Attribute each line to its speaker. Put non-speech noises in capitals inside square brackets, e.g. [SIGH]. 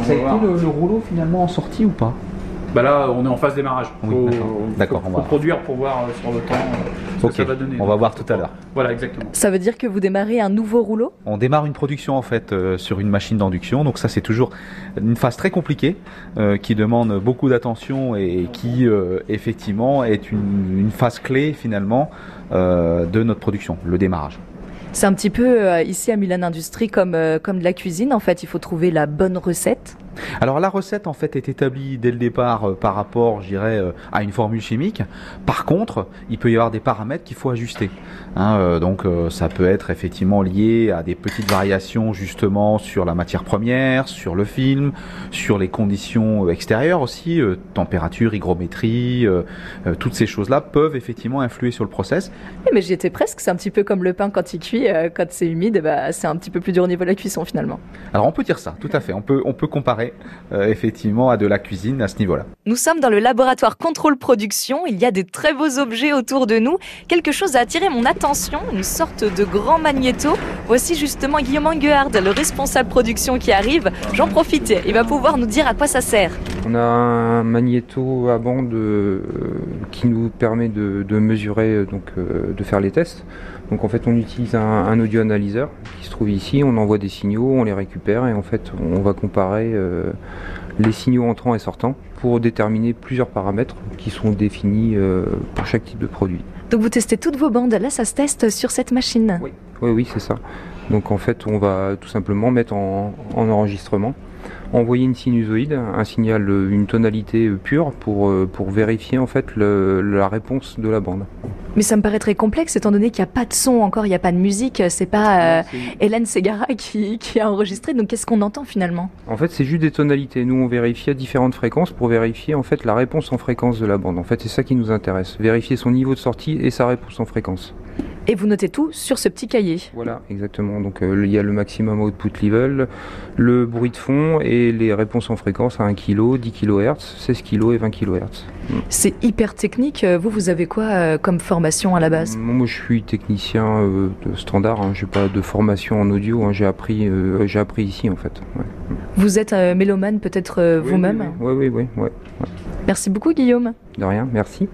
Speaker 1: ça a
Speaker 2: voir.
Speaker 1: été le, le rouleau finalement en sortie ou pas
Speaker 2: Bah là, on est en phase démarrage.
Speaker 1: Oui,
Speaker 2: Faut-
Speaker 1: d'accord.
Speaker 2: faut-
Speaker 1: D'accord, on
Speaker 2: faut
Speaker 1: va-
Speaker 2: produire pour voir euh, sur le temps euh, ce
Speaker 1: Ok,
Speaker 2: que ça va donner.
Speaker 1: on va voir tout à l'heure.
Speaker 2: Voilà, exactement.
Speaker 3: Ça veut dire que vous démarrez un nouveau rouleau
Speaker 1: On démarre une production en fait euh, sur une machine d'induction, donc ça c'est toujours une phase très compliquée euh, qui demande beaucoup d'attention et qui euh, effectivement est une, une phase clé finalement euh, de notre production, le démarrage.
Speaker 3: C'est un petit peu euh, ici à Milan Industrie comme, euh, comme de la cuisine en fait, il faut trouver la bonne recette.
Speaker 1: Alors la recette en fait est établie dès le départ euh, par rapport, je dirais, euh, à une formule chimique. Par contre, il peut y avoir des paramètres qu'il faut ajuster. Hein, euh, donc euh, ça peut être effectivement lié à des petites variations justement sur la matière première, sur le film, sur les conditions euh, extérieures aussi, euh, température, hygrométrie, euh, euh, toutes ces choses-là peuvent effectivement influer sur le process.
Speaker 3: Eh, Mais j'y étais presque, c'est un petit peu comme le pain quand il cuit, euh, quand c'est humide, eh ben, c'est un petit peu plus dur au niveau de la cuisson finalement.
Speaker 1: Alors on peut dire ça, tout à fait. On peut on peut comparer euh, effectivement à de la cuisine à ce niveau-là.
Speaker 3: Nous sommes dans le laboratoire Contrôle Production. Il y a des très beaux objets autour de nous. Quelque chose a attiré mon attention, une sorte de grand magnéto. Voici justement Guillaume Enguard, le responsable production qui arrive. J'en profite, il va pouvoir nous dire à quoi ça sert.
Speaker 4: On a un magnéto à bande euh, qui nous permet de, de mesurer, euh, donc euh, de faire les tests. Donc en fait, on utilise un, un audio analyseur qui se trouve ici. On envoie des signaux, on les récupère et en fait, on va comparer euh, les signaux entrants et sortants pour déterminer plusieurs paramètres qui sont définis euh, pour chaque type de produit.
Speaker 3: Donc vous testez toutes vos bandes, là ça se teste sur cette machine.
Speaker 4: Oui, oui, c'est ça. Donc en fait, on va tout simplement mettre en, en enregistrement, envoyer une sinusoïde, un signal, euh, une tonalité euh, pure pour, euh, pour vérifier en fait le- la réponse de la bande.
Speaker 3: Mais ça me paraît très complexe étant donné qu'il n'y a pas de son encore, il n'y a pas de musique, c'est pas euh, Hélène Segara [LAUGHS] qui, qui a enregistré, donc qu'est-ce qu'on entend finalement
Speaker 4: En fait, c'est juste des tonalités. Nous, on vérifie à différentes fréquences pour vérifier en fait la réponse en fréquence de la bande. En fait, c'est ça qui nous intéresse, vérifier son niveau de sortie et sa réponse en fréquence.
Speaker 3: Et vous notez tout sur ce petit cahier.
Speaker 4: Voilà, exactement. Donc euh, il y a le maximum output level, le bruit de fond et les réponses en fréquence à 1 kg, 10 kHz, 16 kg et 20 kHz.
Speaker 3: C'est hyper technique, vous vous avez quoi euh, comme formation à la base
Speaker 4: Moi, moi, je suis technicien euh, de standard, hein. j'ai pas de formation en audio, hein. j'ai appris, euh, j'ai appris ici en fait. ouais.
Speaker 3: Vous êtes euh, mélomane peut-être euh, vous-même
Speaker 4: Oui, oui, oui, ouais, ouais.
Speaker 3: Merci beaucoup Guillaume.
Speaker 4: de rien, merci.